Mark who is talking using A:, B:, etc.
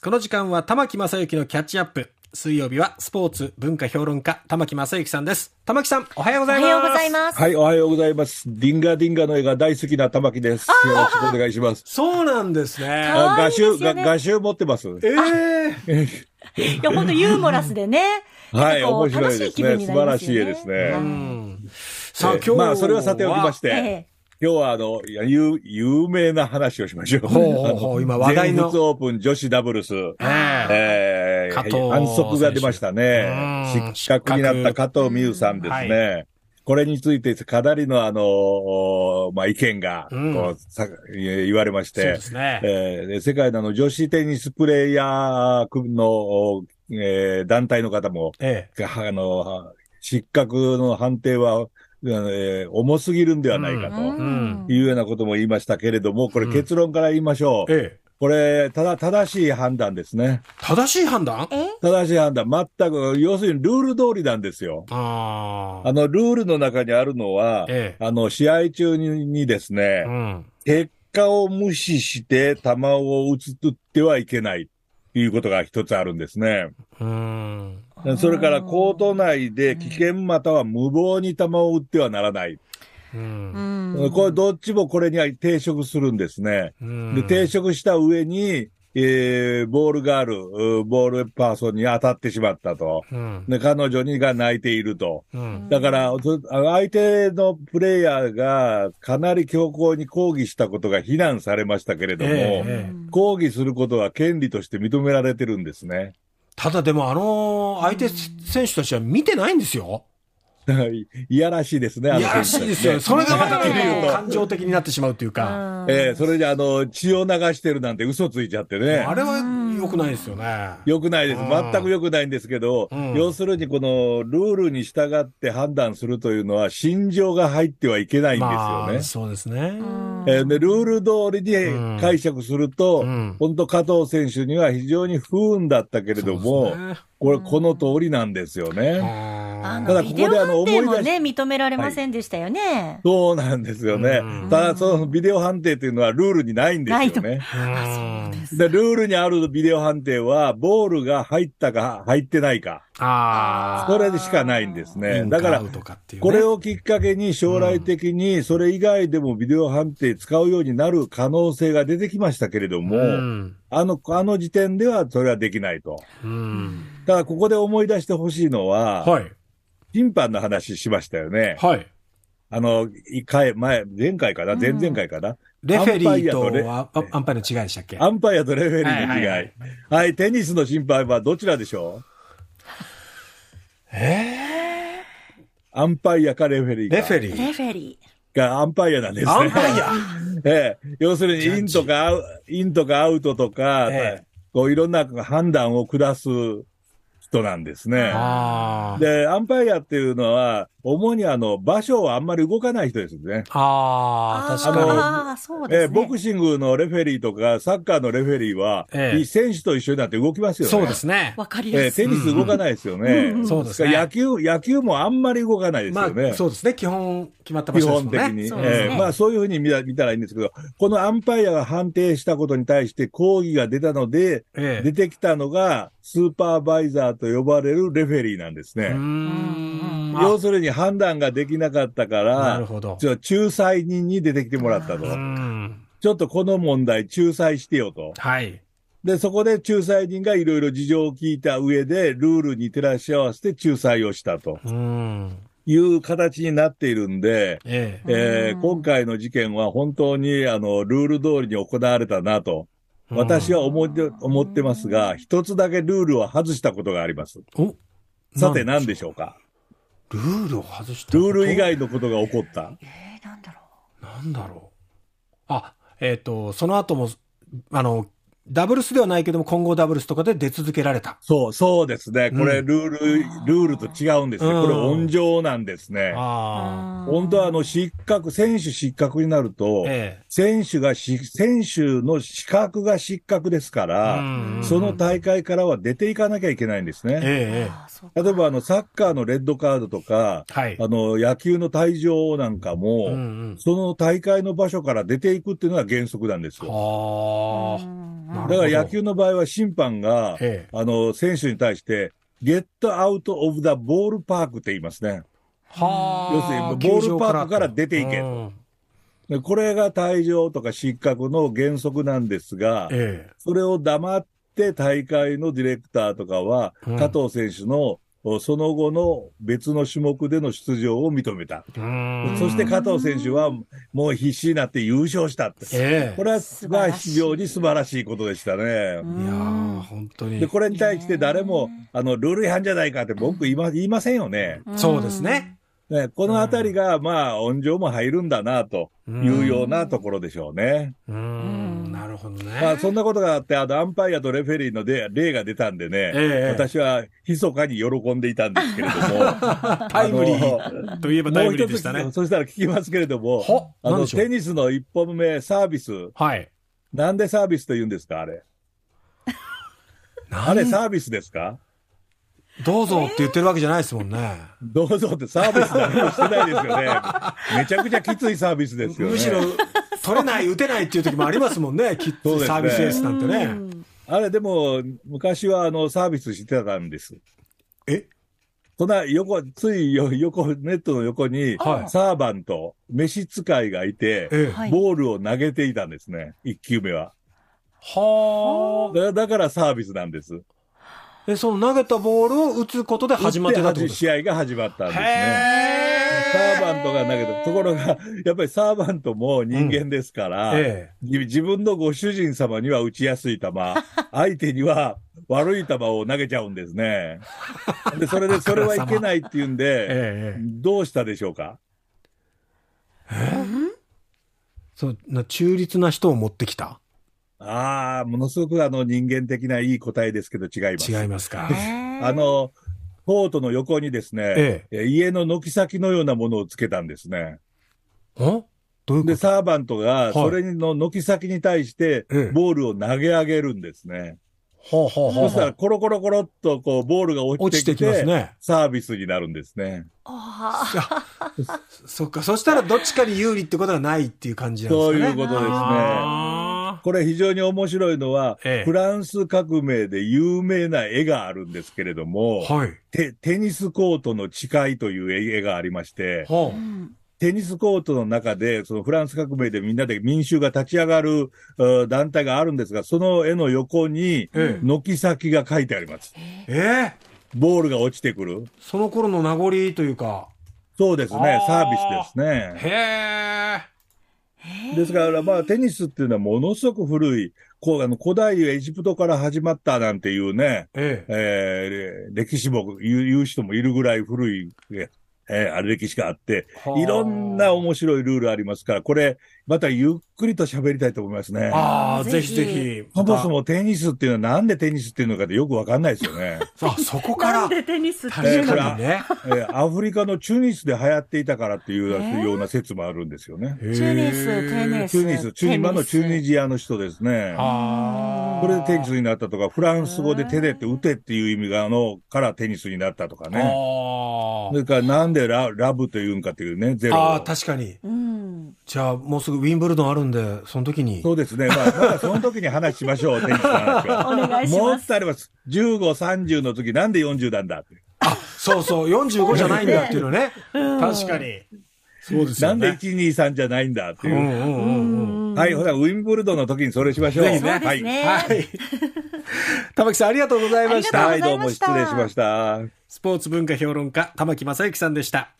A: この時間は玉木正之のキャッチアップ。水曜日はスポーツ文化評論家玉木正之さんです。玉木さん、おはようご
B: お
A: ざ
B: はい
A: ます。
B: ようございます。
C: はい、おはようございます。ディンガーディンガーの絵が大好きな玉木です。よろしくお願いします。
A: そうなんですね。
B: 可愛
C: 画
B: いですよ
C: 集、
B: ね
C: が画集持ってます。
A: ええ
B: いや、本当ユーモラスでね。
C: はい、
B: なんかこう
C: 面白いですね。
B: 楽しい気分に
C: 素
B: なり
C: 晴
B: ま
C: ら
B: す
C: し
B: よ
C: い絵ですね。
B: は
C: え
B: い
A: うん
C: え
A: さあ、今日は。
C: まあ、それはさておきまし
B: え
C: て、今日はあの、いや有、有名な話をしましょう。
A: ほうほうほう
C: あの
A: 今話題の
C: 全仏オープン女子ダブルス。
A: え
C: ええ
A: 加藤選手
C: 反則が出ました
A: うん
C: ね。失格になった加藤美優さんですね。これについて、かなりの、あのおまあ、意見が、こう、
A: うん
C: さえ言われまし
A: えそう
C: て
A: で、すね。
C: えーで世界のあの女子テニスプレイヤー組の、おえー団体の方も、
A: え
C: があの、は失格の判定は、えー重すぎるんではないか
B: う
C: と。
B: ん
C: いうようなことも言いましたけれども、これ
A: うん
C: 結論から言いましょ
A: え
C: う。
A: ええ
C: これ、ただ、正しい判断ですね。
A: 正しい判断
B: え
C: 正しい判断。全く、要するにルール通りなんですよ。
A: ああ
C: あ。の、ルールの中にあるのは、
A: ええ
C: あの、試合中ににですね、
A: うん。
C: 結果を無視して球を打つってはいけないっていうことが一つあるんですね。
A: うん。
C: それからコート内で危険または無謀に球を打ってはならない。
A: う。
B: うんん
C: これどっちもこれには抵触するんですね。
A: うん
C: で抵触した上に、えーボールがある、うーボールパーソンに当たってしまったと。
A: うん。
C: で彼女にが泣いていると。
A: うん。
C: だから、そ相手のプレイヤーがかなり強硬に抗議したことが非難されましたけれども、
A: え
B: う
A: え
B: ん
C: 抗議することは権利として認められてるんですね。
A: ただでも、あのー、相手選手たちは見てないんですよ。
C: いやらしいですね、あ
A: い
C: の
A: やらし
C: 選
A: いです
C: 手たちね
A: よね。それがまた
B: 見て
A: ね
B: ると
A: 感情的になってしまうというか。
B: うん
C: ええそれであの、血を流してるなんて嘘ついちゃってね
A: あ。れは良くないですよね。
C: よくないです。
A: うん
C: 全く良くないんですけど、
A: うん
C: 要するにこのルールに従って判断するというのは、心情が入ってはいけないんですよね。
A: まあ、そうですね。
B: うん
C: えーでルール通りに解釈する
A: う
C: と、
A: ん
C: 本当加藤選手には非常に不運だったけれども、
A: そうですね
C: これこの通りなんですよ
A: う
C: ね。
A: ん
B: あ
C: た
B: の
C: だ
B: ビ
C: ここ
B: デ
C: で
B: オ
C: あの
B: 判定も
C: 思い
B: ね、認められませんでしたよ ね。
C: そうなんですよね。
A: うん
C: ただそのビデオ判定というのはルールにないんですよね。で、ルールにあるビデオ判定は、ボールが入ったか入ってないか、
A: あ
C: それでしかないんです
A: あ。イ
C: ね。
A: ン
C: だか
A: ア
C: ら
A: ウ、トかっていうね
C: これをきっかけに将来的にそれ以外でもビデオ判定使うようになる可能性が出てきましたけれども、
A: うん。
C: あの、あの時点ではそれはできないと。
A: うん。
C: ただ、ここで思い出してほしいのは、
A: はい。
C: 審判の話しましたよね。
A: はい。
C: あの、一回、前、前回かな
B: うん
C: 前々回かな、
A: レフェリーと
C: アンパイアとレ
A: はあアンパイアの違いでしたっけ
C: アンパイアとレフェリーの違い。
A: は
C: はいい
A: はい
C: テニスの審判はどちらでしょ
A: え
C: うアンパイアかレフェリー
A: ー
C: か。
A: レフェ
C: リ
A: リー。
B: レフェリ
C: ー。がアンパイアなんですね。
A: アンパイア
C: ええ。要するに、
A: ジャ
C: イ
A: ッ
C: ン
A: ジ
C: とかアウ、インとかアウトとか、
A: ええ
C: こういろんな判断を下す人なんですね。
A: あー
C: で、アンパイアっていうのは、主にあの、場所をあんまり動かない人ですね。
A: あー、
B: ー。
A: 確かに。
B: あーそう
C: え
B: で
C: ー
B: すね。
C: ボクシングのレフェリーとか、サッカーのレフェリーは、
A: ええ
C: 選手と一緒になって動きますよね。
A: そうですね。
B: わかり
C: え
B: や
C: ー
B: すい。
C: テニス動かないですよね。
A: んそうですね
C: 野球、野球もあんまり動かないです
A: ま
C: よね。
A: あ、そうですね。基本、決まった場
C: 基
A: 所です
C: 本
A: もん
C: 的
A: ね。
C: に。
B: そうですね
C: えーまあそういうふうに見た見たらいいんですけど、このアンパイアが判定したことに対して抗議が出たので、
A: ええ
C: 出てきたのがスーパーバイザーと呼ばれるレフェリーなんです
A: うー
C: ね。
A: ん。あ
C: 要するに判断ができなかったか
A: な
C: ら
A: る、ほど。
C: ちょ仲裁人に出てきてもらったと
A: う。ん。
C: ちょっとこの問題仲裁してよと。
A: はい。
C: で、そこで仲裁人がいろいろ事情を聞いた上で、ルールに照らし合わせて仲裁をしたと
A: うん。
C: いう形になっているんで、
A: ええ。
C: えー
B: うん
C: 今回の事件は本当にあのルール通りに行われたなと、私は思って思ってますが、一つだけルールを外したことがあります。
A: うん、お
C: さて何
A: で
C: でしょうか
A: ルールを外した
C: ルール以。外のことが起こった。
B: えーなんだろ
A: なんだろう。あ、えっ、と、その後も、あの、ダブルスではないけども、混合ダブルスとかで出続けられた。
C: そう、そうですね。これ、
A: うん
C: ルール、ルールと違うんですね。
A: うん
C: これ、温情なんですね。
B: う
A: あ
B: あー。
C: 本当は、あの、失格、選手失格になる
A: あ。
C: と、
A: え
C: 選手がし、選手の資格が失格ですか
A: え。
C: ら、
A: うん
C: その大会からは出ていかなきゃいけないんです
A: ええ
C: ね。
A: え
B: あーそうか
C: 例えば、あの、サッカーのレッドカードとか、
A: え。はい。
C: あの、野球の退場なんか
A: うんう
C: も、
A: ん。
C: その大会の場所から出ていくっていうのが原則なんですよ。
A: はあ。
B: うんうんなる
C: だ
B: ほ
C: か
B: ど
C: ら野球の場合は審判が、
A: ええ。
C: あの、選手に対して、ゲットアウトオブザボールパークって言いますね。
A: はあ
C: 要するにボールパークから出ていけ
A: う
C: と
A: ん
C: でこれが退場とか失格の原則なんですが、
A: ええ。
C: それを黙って大会のディレクターとかは、
A: うん
C: 加藤選手のおその後の別の種目での出場を認めた。
A: うーん
C: そして加藤選手はもう必死になって優勝したって。
A: ええ
C: こ。れは
B: 素晴らしい
C: が非常に素晴らしいことでしたね。
A: いやー本当に
C: で、。これに対して誰も
B: ね、
C: あの、ルール違反じゃないかって僕言いま言いませんよね。
A: そうですね。
C: ねこのあたりが、まあ、温情も入るんだな、というようなところでしょうね。
A: うーん。なるほどね。
C: まあ、そんなことがあって、あの、アンパイアとレフェリーので例が出たんでね、
A: ええ
C: 私は、密かに喜んでいたんですけれど も、
A: タイムリーといえばタイ
C: もう
A: ムリー
C: 一
A: でしたね
C: つ、。そしたら聞きますけれども、
A: ほ
C: あ
A: なん
C: の、
A: でしょ
C: テ
A: う
C: ニスの一本目、サービス、
A: はい。
C: なんでサービスと言うんですか、あれ。あれ、サービスですか
A: どうぞって言ってるわけじゃないですもんね。
C: どうぞってサービス何もしてないですよね。 めちゃくちゃきついサービスですよね。
A: むしろ、取れない、打てないっていう時もありますもんね。きっ
C: そう
A: と
C: ですね
A: サービスエースなんて
B: う
A: ね。
B: ん
C: あれ、でも、昔はあのサービスしてたんです。
A: え
C: こんな横、ついよ横、ネットの横に、
A: はい
C: サーバント、召使いがいて、
A: ええ。
B: はい
C: ボールを投げていたんですね、1球目は。
A: は
C: だだからサービスなんです。
A: あ。え、その投げたボールを打つことで始まってたってこと
C: 打
A: で
C: ち
A: す
C: 試合が始まったんです
A: か
C: ね。サ
A: へ
C: ーバントが投げた。ところが、 やっぱりサーバントも人間ですから、
A: え
C: 自自分のご主人様には打ちやすい球、 相手には悪い球を投げちゃうんですね。で、それで、それはいけないっていうん
A: え。
C: で、
A: ええ。
C: どうしたでしょうか
A: そう、な中立な人を持ってきた
C: ああ、ものすごくあの人間的ないい答えですけど違います。
A: 違いますか。
B: ね
C: あの、コートの横にですね、
A: ええ。
C: え家の軒先のようなものをつけたんですね。
A: おどういうこ
C: で、
A: と
C: サーバント
A: い
C: が、それの軒先に対して
A: ええ、
C: ボールを投げ上げるんですね。
A: ほうほうほう
C: そした
A: ほ
C: ら、
A: う。
C: コロコロコロっと、こう、ボールが落
A: 落
C: ち
A: ち
C: て
A: て
C: き
A: きます
C: て、
A: ね。
C: サービスになるんですね。
B: あ
A: そっか。そしたらどっちかに有利ってことはないっていう感じなんです
C: そ
A: か
C: う
A: ね。
C: いうことですね。
A: あ
C: これ非常に面白いのは、
A: ええ
C: フランス革命で有名な絵があるんですけれども、
A: ーはい。
C: テテニスコートの誓いという絵がありまして、
B: ー
A: ほ
B: う
A: うん
C: テニスコートの中で、そのフランス革命でみんなで民衆が立ち上がるうん団体があるんですが、その絵の横
A: え
C: に、
A: え
C: 軒先が書いてあります。
A: ええ
C: ボールが落ちてくる。
A: その頃の名残というか。
C: そうですね
A: あー、
C: サービスですね。
A: へえ。
C: ですから、まあ、テニスっていうのはものすごく古い、こう、あの、古代エジプトから始まったなんていうね、
A: ええ。
C: えーれ歴史も言う言う人もいるぐらい古い、えーあれ歴史があって、いろんな面白いルールありますから、これ、またゆっくりと喋りたいと思いますね。
A: ああ、ぜ
B: ぜ
A: ひ
B: ひ
A: ぜひ。
C: そもそもテニスっていうのはなんでテニスっていうのかってよくわかんないですよ ね。
A: あ、そこか
B: な
A: ら
B: ん。でテニスってい
A: 確
B: うの
C: えーこれ
A: かにね。
C: えーアフリカのチュニスで流行っていたからっていう
B: えー
C: ような説もあるんですよね。
A: へえ
B: チュニステニス
C: チュニス、チュニ今のチュニジアの人ですね。
A: ああ。
C: これでテニスになったとか、フランス語で手でって打てっていう意味があのからテニスになったとかね。
A: あ
C: それからなんでララブというんかっていうね、ゼ
A: あ。
C: ロ
A: ああ、
C: を。
A: 確かに。
B: うん
A: じゃあ、もうすぐウィンブルドンあるんで、その時に。
C: そうですね。まあ、まだその時に話しましょう、テニス の話
B: お
C: は。
B: 願いし
C: も
B: ま
C: っ
B: す
C: とあります。15、30の時なんで40なんだって。
A: あ、そうそう、45じゃないんだっていうのね。
B: うん
A: 確かに。そうです
C: な
A: よ
C: んで
A: ね。
C: 123じゃないんだって
A: う
C: い
A: ん
C: う。
A: うん
B: う
A: うんうん。
B: ん
C: はい、ほら、ウィンブルドンの時にそれしましょう。
A: ぜひね
B: そうです
C: はい。
B: ね
A: はい。 玉木さん、ありがとうございまし。
B: ありがとうございました
C: はい、どうも失礼しました。
A: スポーツ文化評論家、玉木正幸さんでした。